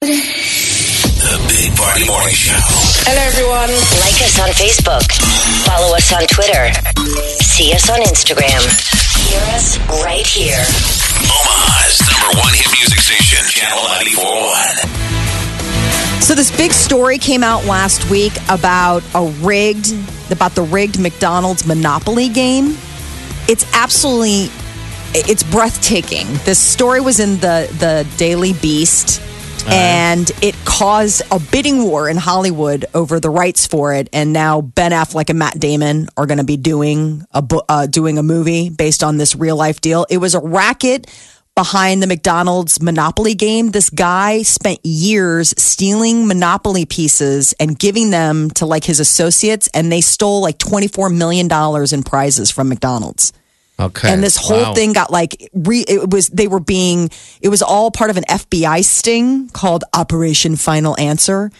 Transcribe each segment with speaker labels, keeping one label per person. Speaker 1: The Big Party Morning Show.
Speaker 2: Hello, everyone.
Speaker 3: Like us on Facebook. Follow us on Twitter. See us on Instagram. Hear us right here.
Speaker 1: Omaha's number one hit music station, Channel 941.
Speaker 4: So this big story came out last week about a rigged about the rigged McDonald's Monopoly game. It's absolutely it's breathtaking. This story was in the the Daily Beast and it caused a bidding war in Hollywood over the rights for it and now Ben Affleck and Matt Damon are going to be doing a bo- uh, doing a movie based on this real life deal. It was a racket behind the McDonald's Monopoly game. This guy spent years stealing Monopoly pieces and giving them to like his associates, and they stole like $24 million in prizes from McDonald's.
Speaker 5: Okay.
Speaker 4: And this whole
Speaker 5: Wow.
Speaker 4: thing got like re it was they were being it was all part of an FBI sting called Operation Final Answer.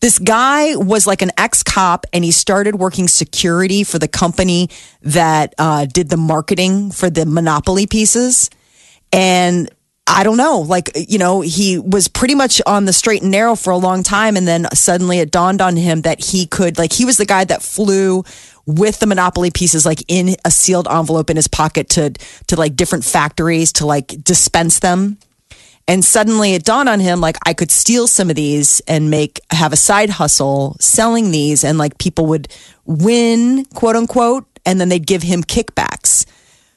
Speaker 4: This guy was like an ex cop and he started working security for the company that uh, did the marketing for the Monopoly pieces. And I don't know, like, you know, he was pretty much on the straight and narrow for a long time. And then suddenly it dawned on him that he could, like, he was the guy that flew with the monopoly pieces like in a sealed envelope in his pocket to to like different factories to like dispense them and suddenly it dawned on him like I could steal some of these and make have a side hustle selling these and like people would win, quote unquote, and then they'd give him kickbacks.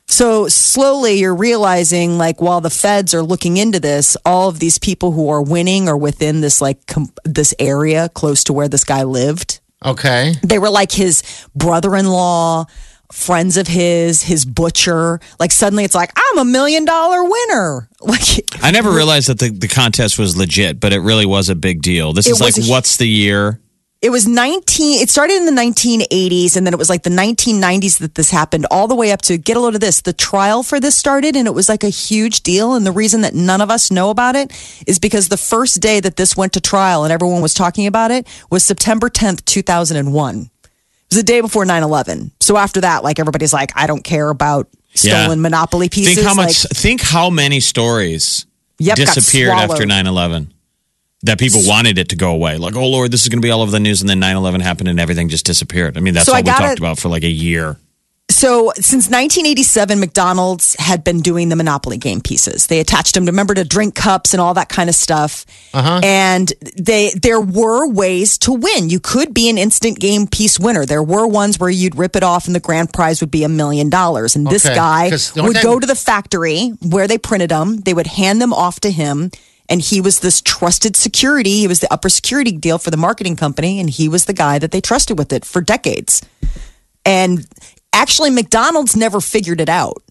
Speaker 4: So slowly you're realizing like while the feds are looking into this, all of these people who are winning are within this like com- this area close to where this guy lived
Speaker 5: okay.
Speaker 4: they were like his brother-in-law friends of his his butcher like suddenly it's like i'm a million dollar winner like
Speaker 6: I never realized that the, the contest was legit, but it really was a big deal. This
Speaker 4: It
Speaker 6: is like,
Speaker 4: was a hu-
Speaker 6: what's the year?
Speaker 4: it was 19 it started in the 1980s and then it was like the 1990s that this happened all the way up to get a load of this the trial for this started and it was like a huge deal and the reason that none of us know about it is because the first day that this went to trial and everyone was talking about it was september 10th 2001 it was the day before 9-11 so after that like everybody's like i don't care about
Speaker 6: Yeah.
Speaker 4: stolen monopoly pieces
Speaker 6: Think how
Speaker 4: like,
Speaker 6: much? think how many stories
Speaker 4: Yep, got
Speaker 6: disappeared after
Speaker 4: swallowed.
Speaker 6: 9-11 that people wanted it to go away. Like, oh Lord, this is going to be all over the news, and then 9-11 happened, and everything just disappeared. I mean, that's
Speaker 4: So
Speaker 6: all
Speaker 4: I
Speaker 6: we
Speaker 4: gotta-
Speaker 6: talked about for like a year.
Speaker 4: So since 1987, McDonald's had been doing the Monopoly game pieces. They attached them, remember, to drink cups and all that kind of stuff. And they there were ways to win. You could be an instant game piece winner. There were ones where you'd rip it off and the grand prize would be a million dollars. And this
Speaker 5: Okay,
Speaker 4: guy
Speaker 5: 'cause the only
Speaker 4: would
Speaker 5: thing-
Speaker 4: go to the factory where they printed them. They would hand them off to him. And he was this trusted security. He was the upper security deal for the marketing company. And he was the guy that they trusted with it for decades. And actually, McDonald's never figured it out.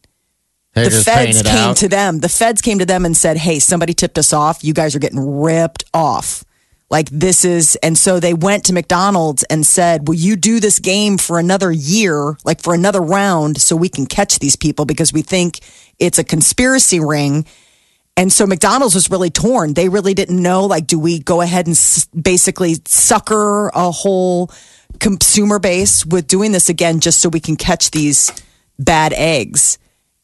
Speaker 5: They're
Speaker 4: The
Speaker 5: just
Speaker 4: feds
Speaker 5: paying it
Speaker 4: came
Speaker 5: out.
Speaker 4: to them. The feds came to them and said, "Hey, somebody tipped us off. You guys are getting ripped off. Like this is." And so they went to McDonald's and said, "Will you do this game for another year, like for another round, so we can catch these people because we think it's a conspiracy ring." And so McDonald's was really torn. They really didn't know, like, do we go ahead and s- basically sucker a whole consumer base with doing this again just so we can catch these bad eggs?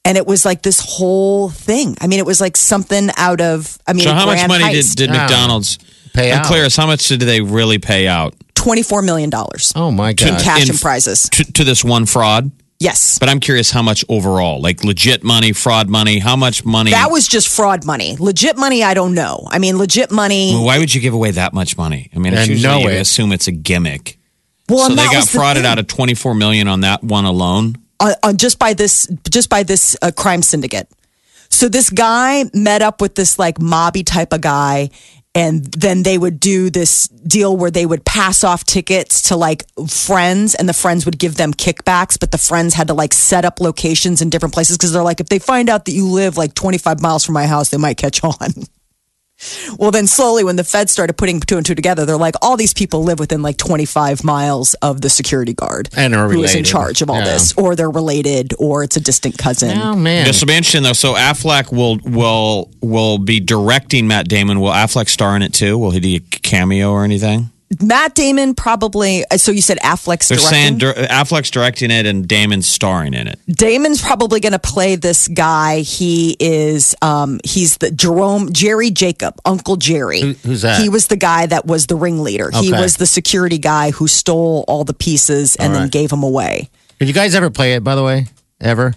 Speaker 4: And it was like this whole thing. I mean, it was like something out of, I mean,
Speaker 6: So
Speaker 4: a
Speaker 6: how much
Speaker 4: grand
Speaker 6: money
Speaker 4: heist.
Speaker 6: did, did
Speaker 5: Yeah.
Speaker 6: McDonald's
Speaker 5: Oh. Pay
Speaker 6: I'm
Speaker 5: out.
Speaker 6: curious, how much did they really pay out uh,
Speaker 4: $24 million
Speaker 5: Oh my
Speaker 4: in
Speaker 5: god.
Speaker 4: cash
Speaker 6: in-
Speaker 4: and prizes.
Speaker 6: to, to this one fraud?
Speaker 4: Yes.
Speaker 6: But I'm curious how much overall, like legit money, fraud money, how much money?
Speaker 4: That was just fraud money. Legit money, I don't know. I mean, legit money.
Speaker 6: Why would you give away that much money? I mean, it's
Speaker 5: And
Speaker 6: usually
Speaker 5: know
Speaker 6: you
Speaker 5: it.
Speaker 6: assume it's a gimmick.
Speaker 4: Well,
Speaker 6: so
Speaker 4: and
Speaker 6: they
Speaker 4: that
Speaker 6: got
Speaker 4: was the
Speaker 6: frauded
Speaker 4: thing.
Speaker 6: out of 24 million on that one alone.
Speaker 4: on, on just by this just by this uh, crime syndicate. So this guy met up with this like mobby type of guy and then they would do this deal where they would pass off tickets to like friends and the friends would give them kickbacks but the friends had to like set up locations in different places because they're like if they find out that you live like 25 miles from my house they might catch on Well, then slowly, when the feds started putting two and two together, they're like, all these people live within like 25 miles of the security guard
Speaker 2: And are
Speaker 4: who is in
Speaker 2: related.
Speaker 4: charge of all
Speaker 2: Yeah.
Speaker 4: this, or they're related, or it's a distant cousin.
Speaker 2: Oh man.
Speaker 6: This will be interesting though. So Affleck will will will be directing Matt Damon. Will Affleck star in it too? Will he do a cameo or anything?
Speaker 4: Matt Damon probably. uh, So you said Affleck's
Speaker 6: They're
Speaker 4: directing.
Speaker 6: saying dir- Affleck's directing it and Damon's starring in it.
Speaker 4: Damon's probably going to play this guy. He is, um, he's the Jerome Jerry Jacob, Uncle Jerry.
Speaker 2: who's that?
Speaker 4: He was the guy that was the ringleader. He
Speaker 2: Okay.
Speaker 4: was the security guy who stole all the pieces and then gave them away.
Speaker 2: Did you guys ever play it? By the way, ever?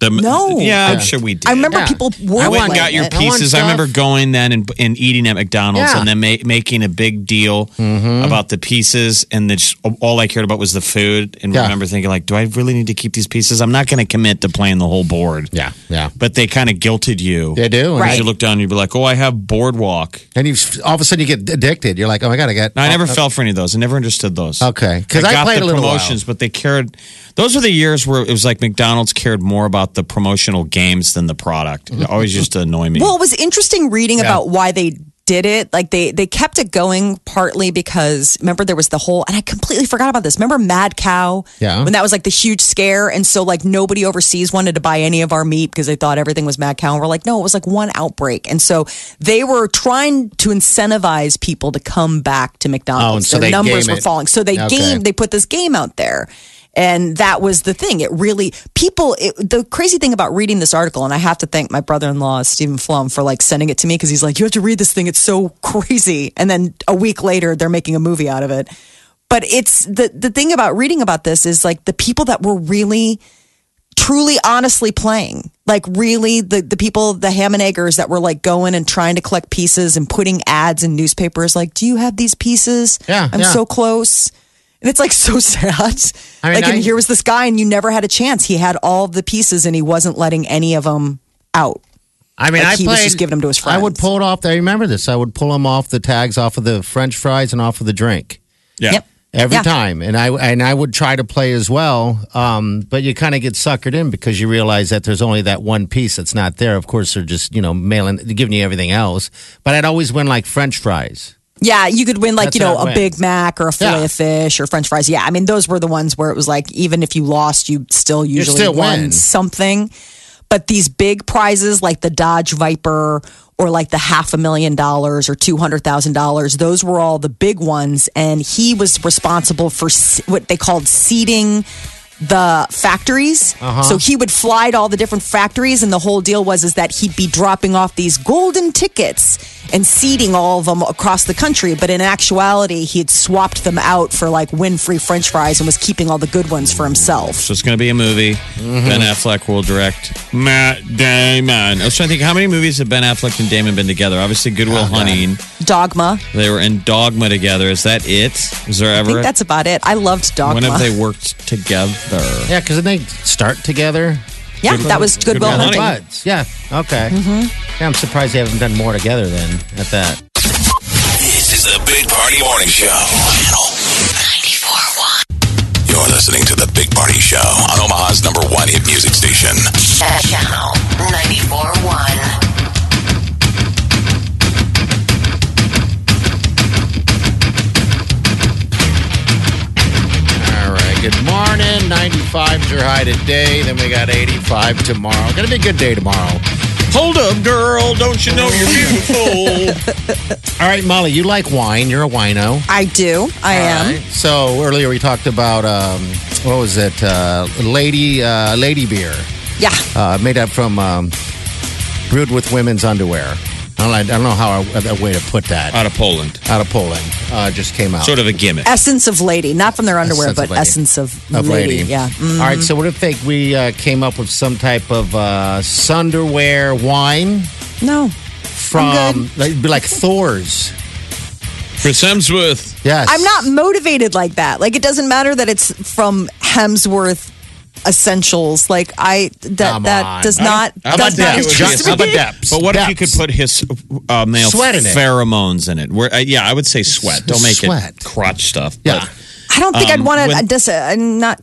Speaker 6: The,
Speaker 4: No.
Speaker 6: yeah, I'm
Speaker 4: Yeah.
Speaker 6: sure we did.
Speaker 4: I remember
Speaker 2: Yeah.
Speaker 4: people were
Speaker 6: I
Speaker 2: I
Speaker 6: went and
Speaker 2: like
Speaker 6: got your
Speaker 2: it. I want
Speaker 6: pieces. I, remember
Speaker 2: stuff.
Speaker 6: going then and, and eating at McDonald's
Speaker 2: Yeah. Mm-hmm.
Speaker 6: and then ma- making a big deal about the pieces. And then just, all I cared about was the food. And
Speaker 2: Yeah.
Speaker 6: remember thinking, like, do I really need to keep these pieces? I'm not going to commit to playing the whole board.
Speaker 2: Yeah, yeah.
Speaker 6: But they kind of guilted you.
Speaker 2: They do. and
Speaker 6: As
Speaker 2: you
Speaker 6: You
Speaker 2: look-
Speaker 6: look down and you'd be like, oh, I have boardwalk.
Speaker 2: And you all of a sudden you get addicted. You're like, oh my god, I got.
Speaker 6: No, I never fell for any of those. I never understood those.
Speaker 2: Okay, 'cause I
Speaker 6: got
Speaker 2: played
Speaker 6: the
Speaker 2: a little while.
Speaker 6: promotions, but they cared. Those were the years where it was like McDonald's cared more about the promotional games than the product. It always used to annoy me.
Speaker 4: Well, it was interesting reading about why they did it. Like they they kept it going partly because remember there was the whole and I completely forgot about this. Remember Mad Cow?
Speaker 2: Yeah.
Speaker 4: When that was like the huge scare, and so like nobody overseas wanted to buy any of our meat because they thought everything was Mad Cow, and we're like, no, it was like one outbreak, and so they were trying to incentivize people to come back to McDonald's.
Speaker 2: Oh, and so
Speaker 4: Their
Speaker 2: they
Speaker 4: numbers
Speaker 2: game
Speaker 4: were
Speaker 2: it.
Speaker 4: falling, so they
Speaker 2: Okay.
Speaker 4: game they put this game out there. And that was the thing. It really, people, it, the crazy thing about reading this article, and I have to thank my brother in law, Stephen Flum, for like sending it to me because he's like, you have to read this thing. It's so crazy. And then a week later, they're making a movie out of it. But it's the, the thing about reading about this is like the people that were really, truly, honestly playing, like really the, the people, the ham and eggers that were like going and trying to collect pieces and putting ads in newspapers, like, do you have these pieces?
Speaker 2: Yeah,
Speaker 4: I'm
Speaker 2: yeah.
Speaker 4: so close. And it's like so sad.
Speaker 2: I mean,
Speaker 4: like, and
Speaker 2: I-
Speaker 4: here was this guy, and you never had a chance. He had all the pieces, and he wasn't letting any of them out.
Speaker 2: I mean,
Speaker 4: Like,
Speaker 2: I
Speaker 4: he
Speaker 2: played.
Speaker 4: was just giving 'em to his
Speaker 2: I would
Speaker 4: friends.
Speaker 2: pull it off. I remember this. I would pull them off the tags off of the French fries and off of the drink.
Speaker 6: yeah.
Speaker 2: every
Speaker 4: Yeah.
Speaker 2: time and i and i would try to play as well um, but you kind of get suckered in because you realize that there's only that one piece that's not there of course they're just you know mailing giving you everything else but i'd always win like french fries
Speaker 4: Yeah, you could win like
Speaker 2: That's
Speaker 4: you know
Speaker 2: how
Speaker 4: a
Speaker 2: it went.
Speaker 4: Big Mac or a fillet
Speaker 2: Yeah.
Speaker 4: of fish or French fries. Yeah, I mean those were the ones where it was like even if you lost, you still usually
Speaker 2: still
Speaker 4: won
Speaker 2: win.
Speaker 4: something. But these big prizes like the Dodge Viper or like the half a million dollars or two hundred thousand dollars, those were all the big ones, and he was responsible for se- what they called seeding the factories. So he would fly to all the different factories, and the whole deal was is that he'd be dropping off these golden tickets and seeding all of them across the country. But in actuality, he had swapped them out for like win-free French fries and was keeping all the good ones for himself.
Speaker 6: So it's going to be a movie.
Speaker 4: Mm-hmm.
Speaker 6: Ben Affleck will direct Matt Damon. I was trying to think how many movies have Ben Affleck and Damon been together? Obviously, Goodwill
Speaker 4: Oh,
Speaker 6: Hunting.
Speaker 4: Dogma.
Speaker 6: They were in Dogma together. Is that it? Is there
Speaker 4: I think
Speaker 6: ever?
Speaker 4: that's about it. I loved Dogma.
Speaker 6: when have they worked together?
Speaker 2: yeah because then they start together
Speaker 4: yeah, that was Goodwill
Speaker 6: Goodwill
Speaker 4: Hunting.
Speaker 6: Hunting.
Speaker 2: buds yeah okay yeah i'm surprised they haven't done more together than at that
Speaker 1: This is the Big Party Morning Show. Channel 94.1. You're listening to the Big Party Show on Omaha's number one hit music station.
Speaker 3: Channel 94.1.
Speaker 2: all right good morning 95 is your high today then we got 85 tomorrow gonna be a good day tomorrow
Speaker 6: Hold up, girl. Don't you know you're beautiful?
Speaker 2: all right molly you like wine you're a wino
Speaker 4: I do. I am.
Speaker 2: All right. So earlier we talked about um, what was it, uh, lady uh, lady beer,
Speaker 4: Yeah.
Speaker 2: uh, made up from um, brewed with women's underwear. I don't, I don't know how a, a way to put that
Speaker 6: Out of Poland.
Speaker 2: out of Poland. Uh, just came out.
Speaker 6: Sort of a gimmick.
Speaker 4: Essence of lady, not from their underwear,
Speaker 2: Essence of
Speaker 4: but
Speaker 2: lady.
Speaker 4: essence of,
Speaker 2: of lady.
Speaker 4: Yeah. Mm.
Speaker 2: All right. So what if they, we uh, came up with some type of uh, sunderwear wine
Speaker 4: No.
Speaker 2: from like, it'd be like Thor's?
Speaker 6: Chris Hemsworth.
Speaker 2: Yes.
Speaker 4: I'm not motivated like that. Like it doesn't matter that it's from Hemsworth Essentials. Like I that
Speaker 2: Come
Speaker 4: that
Speaker 2: on.
Speaker 4: does
Speaker 2: I
Speaker 4: not
Speaker 6: How
Speaker 4: does
Speaker 6: about
Speaker 4: not
Speaker 6: depths?
Speaker 4: interest
Speaker 6: How
Speaker 4: me.
Speaker 6: about depths? But what if you could
Speaker 2: Depths.
Speaker 6: put his uh, male
Speaker 2: Sweat in it.
Speaker 6: pheromones in it? Where, uh, yeah, I would say sweat. Don't make
Speaker 2: Sweat.
Speaker 6: it crotch stuff.
Speaker 2: Yeah.
Speaker 6: but-
Speaker 4: I don't think I'd
Speaker 6: Um,
Speaker 4: want to.
Speaker 6: when-
Speaker 4: I just uh, I'm not.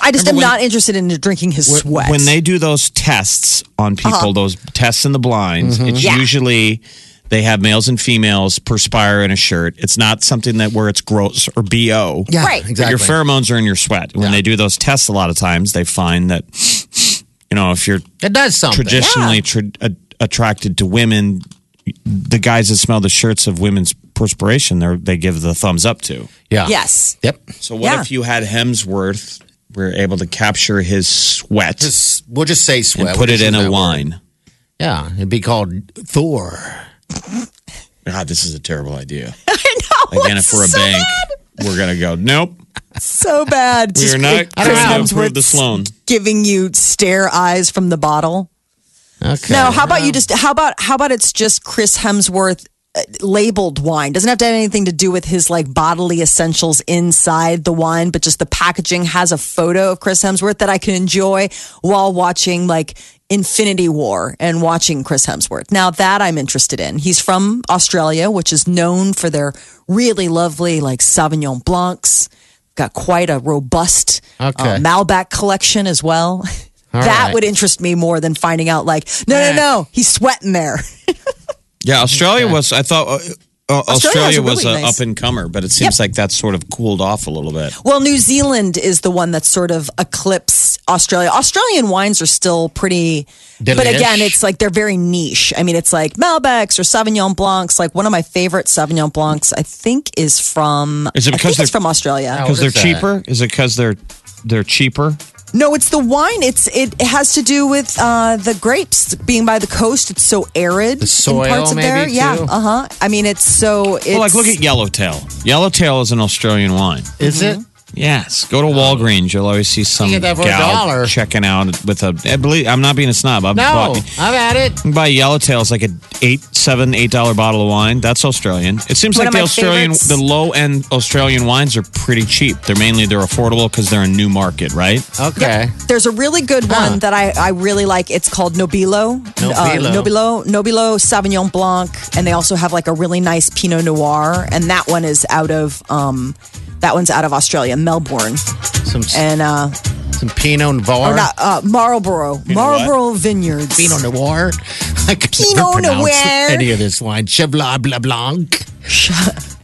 Speaker 4: I just am
Speaker 6: Remember when-
Speaker 4: not interested in drinking his sweat.
Speaker 6: When they do those tests on people, those tests in the blinds, it's
Speaker 4: Yeah.
Speaker 6: usually They have males and females perspire in a shirt. It's not something that where it's gross or bo.
Speaker 2: Yeah,
Speaker 4: Right.
Speaker 6: But
Speaker 2: exactly.
Speaker 6: Your pheromones are in your sweat. When
Speaker 2: Yeah.
Speaker 6: they do those tests, a lot of times they find that you know if you're
Speaker 2: it does something.
Speaker 6: traditionally tra- a- attracted to women, the guys that smell the shirts of women's perspiration, they they give the thumbs up to.
Speaker 2: Yeah.
Speaker 4: Yes.
Speaker 2: Yep.
Speaker 6: So what
Speaker 4: Yeah.
Speaker 6: if you had Hemsworth? We're able to capture his sweat
Speaker 2: Just- we'll just say
Speaker 6: and
Speaker 2: sweat.
Speaker 6: put
Speaker 2: We'll
Speaker 6: it
Speaker 2: just
Speaker 6: in
Speaker 2: use
Speaker 6: a
Speaker 2: that word.
Speaker 6: wine.
Speaker 2: Yeah, it'd be called Thor.
Speaker 6: God, this is a terrible idea. Again, if we're a bank, we're gonna go. Nope,
Speaker 4: So bad.
Speaker 6: we are not
Speaker 2: I don't
Speaker 6: going to
Speaker 2: know.
Speaker 6: approve this loan.
Speaker 4: Giving you stare eyes from the bottle.
Speaker 2: Okay. Um,
Speaker 4: No, how about you just how about how about it's just Chris Hemsworth uh, labeled wine doesn't have to have anything to do with his like bodily essentials inside the wine but just the packaging has a photo of Chris Hemsworth that I can enjoy while watching like Infinity War and watching Chris Hemsworth. Now that I'm interested in. He's from Australia, which is known for their really lovely like Sauvignon Blancs. Got quite a robust uh,
Speaker 2: Okay.
Speaker 4: Malbec collection as well. that
Speaker 2: right.
Speaker 4: would interest me more than finding out like no no no he's sweating there
Speaker 6: Yeah, Australia was. I thought uh, uh, Australia,
Speaker 4: Australia
Speaker 6: was
Speaker 4: has a really
Speaker 6: a
Speaker 4: nice-
Speaker 6: up and comer, but it seems like that's sort of cooled off a little bit.
Speaker 4: well new zealand is the one that sort of eclipsed australia australian wines are still pretty but
Speaker 2: Delish.
Speaker 4: again it's like they're very niche i mean it's like malbecs or sauvignon blancs like one of my favorite sauvignon blancs i think is from
Speaker 6: Is it
Speaker 4: I
Speaker 6: because
Speaker 4: think it's
Speaker 6: they're-
Speaker 4: from australia
Speaker 2: Oh.
Speaker 6: Because they're
Speaker 2: is that?
Speaker 6: cheaper. Is it because they're they're cheaper?
Speaker 4: no it's the wine it's it has to do with uh the grapes being by the coast it's so arid the
Speaker 2: soil
Speaker 4: in parts of
Speaker 2: maybe,
Speaker 4: there yeah
Speaker 2: too?
Speaker 4: uh-huh i mean it's so it's
Speaker 6: Well, like look at Yellowtail. Yellowtail is an Australian wine.
Speaker 2: Is it?
Speaker 4: Mm-hmm.
Speaker 6: Yes, go to Walgreens. You'll always see some
Speaker 2: You get that for a
Speaker 6: gal
Speaker 2: dollar.
Speaker 6: checking out with a. I believe I'm not being a snob. I've
Speaker 2: No,
Speaker 6: bought,
Speaker 2: I've had it.
Speaker 6: you can buy Yellowtails like a eight, seven, eight dollar bottle of wine. That's Australian. It seems
Speaker 4: One
Speaker 6: like
Speaker 4: of
Speaker 6: the
Speaker 4: my
Speaker 6: Australian,
Speaker 4: favorites.
Speaker 6: the low end Australian wines are pretty cheap. They're mainly they're affordable because they're a new market, right?
Speaker 2: Okay.
Speaker 4: There's a really good one that I, I really like. It's called Nobilo. Uh,
Speaker 2: Nobilo.
Speaker 4: Nobilo. Nobilo Sauvignon Blanc. And they also have like a really nice Pinot Noir. And that one is out of, um, that one's out of Australia, Melbourne.
Speaker 2: Some
Speaker 4: And, uh,
Speaker 2: some Pinot Noir.
Speaker 4: or not, uh, Marlborough. Marlborough Vineyards.
Speaker 2: Pinot Noir. I could
Speaker 4: Pinot
Speaker 2: never pronounce
Speaker 4: Noir.
Speaker 2: any of this wine. Chablis Bla Blanc.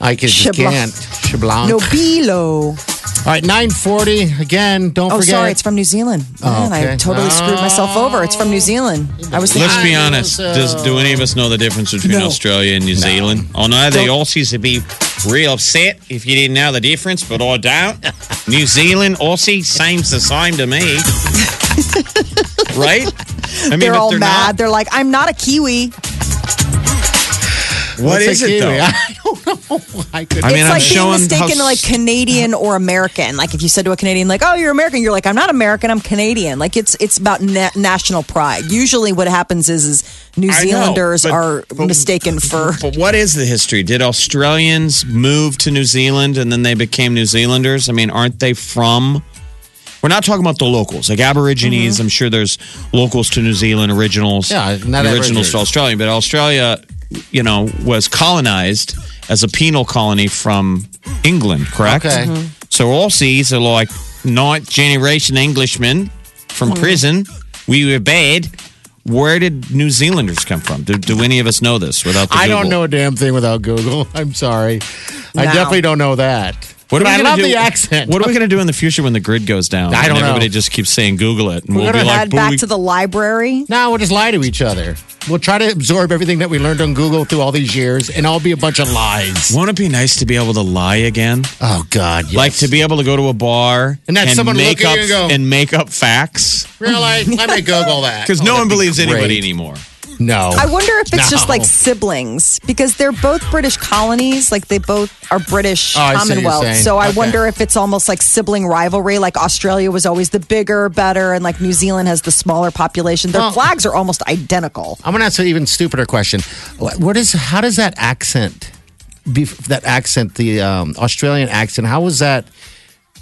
Speaker 2: I could just
Speaker 4: Chablis.
Speaker 2: can't. Chablis.
Speaker 4: Nobilo.
Speaker 2: All right, 940. Again, don't
Speaker 4: Oh,
Speaker 2: forget.
Speaker 4: sorry. It's from New Zealand.
Speaker 6: Oh,
Speaker 4: Man, I
Speaker 2: okay.
Speaker 4: totally screwed myself over. It's from New Zealand. I was thinking,
Speaker 6: Let's be
Speaker 2: I know
Speaker 6: honest.
Speaker 2: so.
Speaker 6: Does do any of us know the difference between
Speaker 4: No.
Speaker 6: Australia and New Zealand? Oh no, they all seem to be real upset if you didn't know the difference, but I don't. New Zealand, Aussie, seems the same to me. right? I mean,
Speaker 4: they're
Speaker 6: if
Speaker 4: all mad.
Speaker 6: not-
Speaker 4: They're like, I'm not a Kiwi.
Speaker 6: what
Speaker 2: What's
Speaker 6: is
Speaker 2: a
Speaker 6: it
Speaker 2: kiwi?
Speaker 6: though?
Speaker 2: I don't know. I could.
Speaker 6: I mean,
Speaker 4: it's
Speaker 6: I'm
Speaker 4: like being
Speaker 6: showing how
Speaker 4: mistaken like
Speaker 6: s-
Speaker 4: Canadian or American. Like if you said to a Canadian, like, "Oh, you're American," you're like, "I'm not American. I'm Canadian." Like it's it's about na- national pride. Usually, what happens is is New
Speaker 6: I know,
Speaker 4: Zealanders
Speaker 6: but-
Speaker 4: are mistaken for.
Speaker 6: But what is the history? Did Australians move to New Zealand and then they became New Zealanders? I mean, aren't they from? We're not talking about the locals, like Aborigines. I'm sure there's locals to New Zealand, originals,
Speaker 2: Yeah,
Speaker 6: and
Speaker 2: not
Speaker 6: originals
Speaker 2: Aborigines.
Speaker 6: to Australia. But Australia, you know, was colonized as a penal colony from England, correct?
Speaker 2: Okay.
Speaker 6: So Aussies are like ninth generation Englishmen from
Speaker 2: Hmm.
Speaker 6: prison. We were bad. Where did New Zealanders come from? Do, do any of us know this without the
Speaker 2: I don't
Speaker 6: Google?
Speaker 2: know a damn thing without Google. I'm sorry. I
Speaker 4: No.
Speaker 2: definitely don't know that.
Speaker 6: What
Speaker 2: But
Speaker 6: are we
Speaker 2: I
Speaker 6: gonna
Speaker 2: love
Speaker 6: do-
Speaker 2: the accent.
Speaker 6: What are we going to do in the future when the grid goes down?
Speaker 2: I
Speaker 6: and
Speaker 2: don't know.
Speaker 6: Everybody just keeps saying Google it, and
Speaker 2: We're
Speaker 6: we'll be
Speaker 2: gonna
Speaker 6: like,
Speaker 4: Head
Speaker 6: "But
Speaker 4: back
Speaker 6: we-
Speaker 4: to the library.
Speaker 2: No, we'll just lie to each other. We'll try to absorb everything that we learned on Google through all these years, and all be a bunch of lies.
Speaker 6: Won't it be nice to be able to lie again?
Speaker 2: Oh God! Yes.
Speaker 6: Like to be able to go to a bar
Speaker 2: And have someone look
Speaker 6: make
Speaker 2: at
Speaker 6: up
Speaker 2: you and go-
Speaker 6: and make up facts
Speaker 2: Really? Let me Google that.
Speaker 6: because
Speaker 2: Oh,
Speaker 6: no
Speaker 2: that'd
Speaker 6: one
Speaker 2: be
Speaker 6: believes anybody
Speaker 2: great.
Speaker 6: anymore.
Speaker 2: No.
Speaker 4: I wonder if it's just
Speaker 2: No.
Speaker 4: like siblings because they're both British colonies. Like they both are British
Speaker 2: Oh, I see what you're
Speaker 4: Commonwealth.
Speaker 2: saying.
Speaker 4: So I
Speaker 2: Okay.
Speaker 4: wonder if it's almost like sibling rivalry. Like Australia was always the bigger, better, and like New Zealand has the smaller population. Their
Speaker 2: Well-
Speaker 4: flags are almost identical.
Speaker 2: I'm gonna ask an even stupider question. What what is? How does that accent? Be, that accent, the um, Australian accent. How was that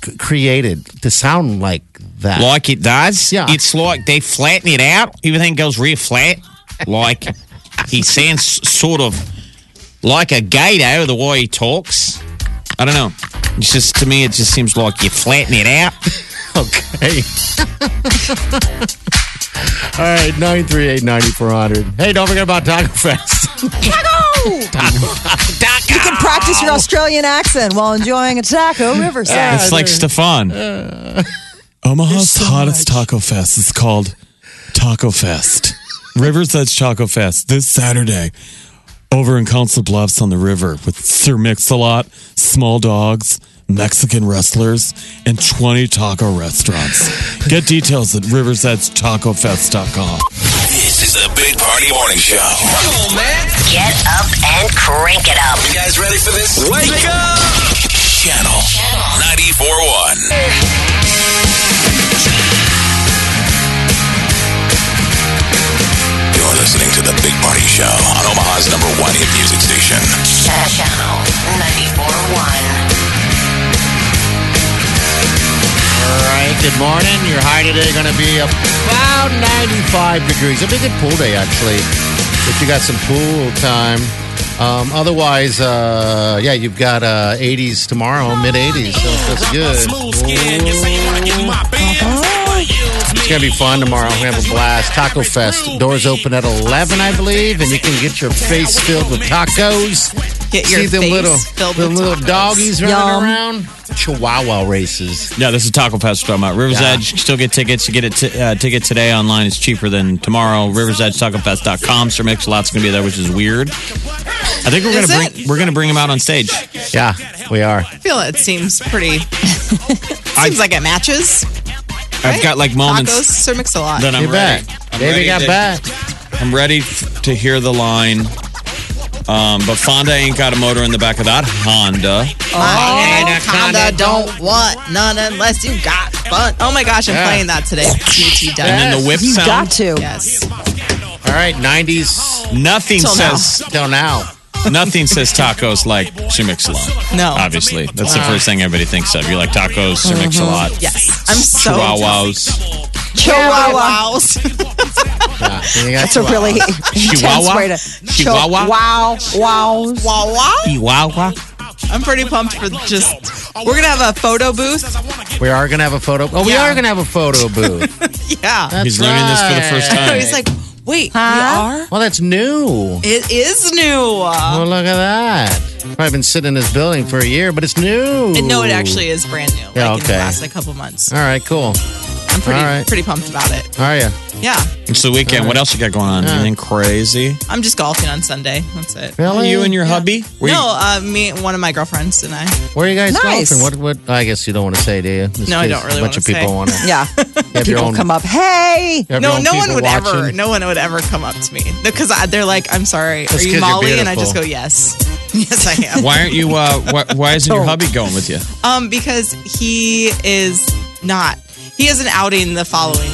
Speaker 2: c- created to sound like that?
Speaker 6: Like it does.
Speaker 2: Yeah.
Speaker 6: It's like they flatten it out. Everything goes real flat. Like he sounds sort of like a gato the way he talks. I don't know. It's just to me, it just seems like you flatten it out.
Speaker 2: okay. All right, 938 9400. Hey, don't forget about Taco Fest.
Speaker 4: Taco! You can practice
Speaker 2: Oh.
Speaker 4: your Australian accent while enjoying a taco riverside.
Speaker 6: It's like Stefan. Omaha's hottest taco fest is called Taco Fest. Riverside's Taco Fest this Saturday over in Council Bluffs on the river with Sir Mix-a-Lot, Small Dogs, Mexican wrestlers, and 20 taco restaurants. Get details at riversidestacofest.com.
Speaker 1: This is the Big Party Morning Show. Come on, man.
Speaker 3: Get up and crank it up.
Speaker 1: You guys ready for this? Wake, up! Channel 94.1. You're listening to the Big Party Show on Omaha's number one hit music station.
Speaker 3: Channel 94.1.
Speaker 2: All right, good morning. Your high today going to be about 95 degrees. It'll be a good pool day, actually, if you got some pool time. Um, otherwise, uh, yeah, you've got uh, 80s tomorrow, mid 80s, so that's good. It's going to be fun tomorrow. We're going to have a blast. Taco Fest. Doors open at 11, I believe, and you can get your face filled with tacos.
Speaker 5: Get your
Speaker 2: See them
Speaker 5: face
Speaker 2: little,
Speaker 5: filled
Speaker 2: them
Speaker 5: with
Speaker 2: little
Speaker 5: tacos.
Speaker 2: doggies running
Speaker 4: Yum.
Speaker 2: around. Chihuahua races.
Speaker 6: Yeah, this is Taco Fest we're talking about. Rivers
Speaker 2: Yeah.
Speaker 6: Edge, still get tickets. You get a t- uh, ticket today online. It's cheaper than tomorrow. RiversEdgeTacoFest.com. Sir Mix-a-Lot's going to be there, which is weird. I think we're going
Speaker 5: Is
Speaker 6: to
Speaker 5: it?
Speaker 6: bring we're going to bring him out on stage.
Speaker 2: Yeah, we are.
Speaker 5: I feel it seems pretty. seems like it matches.
Speaker 6: I've got like
Speaker 5: Tacos,
Speaker 6: moments
Speaker 5: Sir Mix-a-Lot.
Speaker 6: that I'm
Speaker 2: Get
Speaker 6: ready.
Speaker 2: back.
Speaker 6: I'm
Speaker 2: Baby
Speaker 6: ready
Speaker 2: got
Speaker 6: to-
Speaker 2: back.
Speaker 6: I'm ready f- to hear the line. Um, but Fonda ain't got a motor in the back of that Honda.
Speaker 5: My anaconda don't want none unless you got fun. Oh my gosh, I'm
Speaker 2: Yeah.
Speaker 5: playing that today. BT
Speaker 6: And
Speaker 5: done.
Speaker 6: then the whip
Speaker 4: you
Speaker 6: sound.
Speaker 4: got to.
Speaker 5: Yes.
Speaker 2: All right, 90s
Speaker 6: Nothing
Speaker 5: Till now.
Speaker 6: says
Speaker 2: till now.
Speaker 6: nothing says tacos like Sir Mix-a-Lot.
Speaker 5: No.
Speaker 6: Obviously, that's the first thing everybody thinks of. You like tacos, Sir Mix-a-Lot.
Speaker 5: Mm-hmm. Yes. I'm so.
Speaker 6: Chihuahuas.
Speaker 4: Chihuahua.
Speaker 5: Chihuahuas.
Speaker 2: Yeah, you got
Speaker 4: That's a really intense
Speaker 6: Chihuahua?
Speaker 4: way to.
Speaker 6: Chihuahua?
Speaker 4: Wow. Wow.
Speaker 5: Chihuahua.
Speaker 6: Chihuahua.
Speaker 5: I'm pretty pumped for just. We're gonna have a photo booth.
Speaker 2: We are gonna have a photo. Oh, we
Speaker 5: Yeah.
Speaker 2: are gonna have a photo booth.
Speaker 5: Yeah.
Speaker 6: He's learning this for the first
Speaker 2: right.
Speaker 6: time.
Speaker 5: He's like, wait, we are.
Speaker 2: Well, that's new.
Speaker 5: It is new.
Speaker 2: Oh, look at that. Probably been sitting in this building for a year, but it's new.
Speaker 5: And Uh, no, it actually is brand new. Like
Speaker 2: Yeah,
Speaker 5: in the
Speaker 2: okay.
Speaker 5: last like, couple months.
Speaker 2: All right, cool.
Speaker 5: I'm pretty
Speaker 2: all right.
Speaker 5: pretty pumped about it.
Speaker 2: How are you?
Speaker 5: Yeah.
Speaker 6: It's the weekend. What else you got going on?
Speaker 2: Uh,
Speaker 6: Anything crazy?
Speaker 5: I'm just golfing on Sunday. That's it.
Speaker 2: Really?
Speaker 6: You and your hubby? Were you-
Speaker 5: no, uh, me, one of my girlfriends, and I.
Speaker 2: Where are you guys
Speaker 4: Nice.
Speaker 2: golfing? What? What? I guess you don't want to say, do you? Just
Speaker 5: No, I don't
Speaker 2: 'cause
Speaker 5: really
Speaker 2: A bunch
Speaker 5: wanna
Speaker 2: of people
Speaker 5: say.
Speaker 2: want to.
Speaker 4: Yeah. People come up. Hey.
Speaker 5: No, no one would ever. No one would ever come up to me because I, they're like, "I'm sorry,
Speaker 2: That's
Speaker 5: are
Speaker 2: 'cause you're
Speaker 5: you Molly?" And I
Speaker 2: beautiful.
Speaker 5: just go, "Yes, yes, I am."
Speaker 6: Why aren't you? Uh, why, why isn't your
Speaker 4: Don't.
Speaker 6: hubby going with you?
Speaker 5: Um, because he is not. He has an outing the following.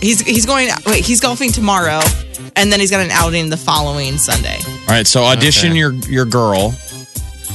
Speaker 5: He's he's going. Wait, he's golfing tomorrow, and then he's got an outing the following Sunday.
Speaker 6: All right, so audition
Speaker 2: Okay.
Speaker 6: your your girl.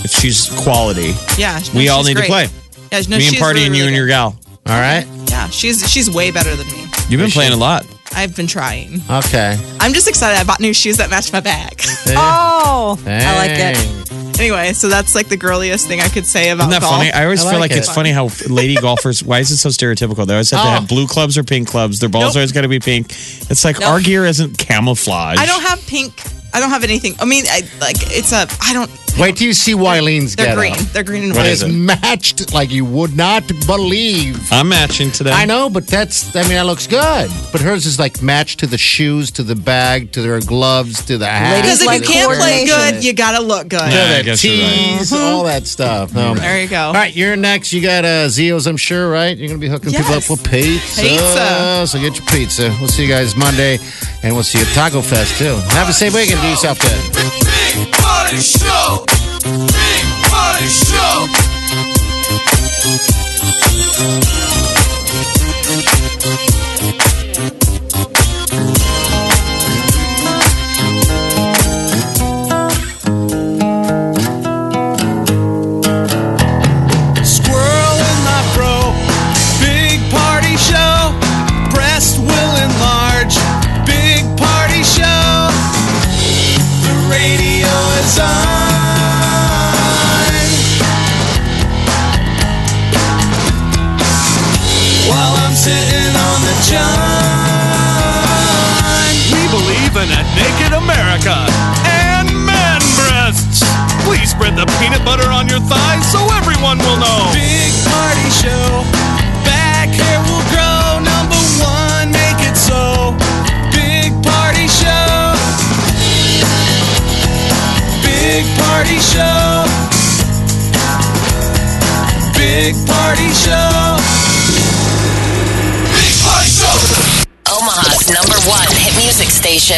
Speaker 6: If she's quality,
Speaker 5: Yeah, no,
Speaker 6: we all
Speaker 5: she's
Speaker 6: need
Speaker 5: great.
Speaker 6: to play.
Speaker 5: Yeah, no,
Speaker 6: me and
Speaker 5: she's
Speaker 6: Party
Speaker 5: really,
Speaker 6: and you
Speaker 5: really
Speaker 6: and your gal.
Speaker 2: All right.
Speaker 5: good. Yeah, she's she's way better than me.
Speaker 6: You've been playing a lot.
Speaker 5: I've been trying.
Speaker 2: Okay.
Speaker 5: I'm just excited. I bought new shoes that match my back.
Speaker 4: Oh. I like it.
Speaker 2: Dang.
Speaker 5: anyway, so that's like the girliest thing I could say about
Speaker 6: Isn't that
Speaker 5: golf.
Speaker 6: funny? I always
Speaker 2: I
Speaker 6: feel
Speaker 2: like
Speaker 6: like it's
Speaker 2: it.
Speaker 6: funny how lady golfers. Why is it so stereotypical? They always have to
Speaker 2: Oh.
Speaker 6: have blue clubs or pink clubs. Their balls
Speaker 5: Nope.
Speaker 6: are always got to be pink. It's like
Speaker 5: Nope.
Speaker 6: our gear isn't camouflage.
Speaker 5: I don't have pink. I don't have anything. I mean, I, like it's a. I don't.
Speaker 2: Wait till you see Wylene's
Speaker 5: They're
Speaker 2: get
Speaker 5: green.
Speaker 2: up.
Speaker 5: They're green and
Speaker 6: What
Speaker 5: white.
Speaker 6: is
Speaker 2: It's
Speaker 6: it?
Speaker 2: matched like you would not believe.
Speaker 6: I'm matching today.
Speaker 2: I know, but that's, I mean, that looks good. But hers is like matched to the shoes, to the bag, to their gloves, to the hat.
Speaker 4: Ladies
Speaker 5: Because if
Speaker 4: like
Speaker 5: you can't play
Speaker 4: coordination.
Speaker 5: good, you gotta look good.
Speaker 6: Yeah. I
Speaker 2: to the
Speaker 6: guess you're right.
Speaker 2: tees, all that stuff. Um,
Speaker 5: There you go.
Speaker 2: All right, you're next. You got uh, Zio's, I'm sure, right? You're going to be hooking people up
Speaker 5: Yes.
Speaker 2: with pizza.
Speaker 5: Pizza.
Speaker 2: So get your pizza. We'll see you guys Monday, and we'll see you at Taco Fest, too. Have a safe weekend. Do yourself good.
Speaker 1: Big Party Show. Big Party Show.
Speaker 6: Squirrel in my fro. Big party show. Breast will enlarge. Big party show. The radio is on. While I'm sitting on the john. believe in a naked America and man breasts. Please spread the peanut butter on your thighs so everyone will know. Big party show. Back hair will grow. Number one, make it so. Big party show. Big party show. Big party show. Big party show.
Speaker 3: Omaha's number one hit music station.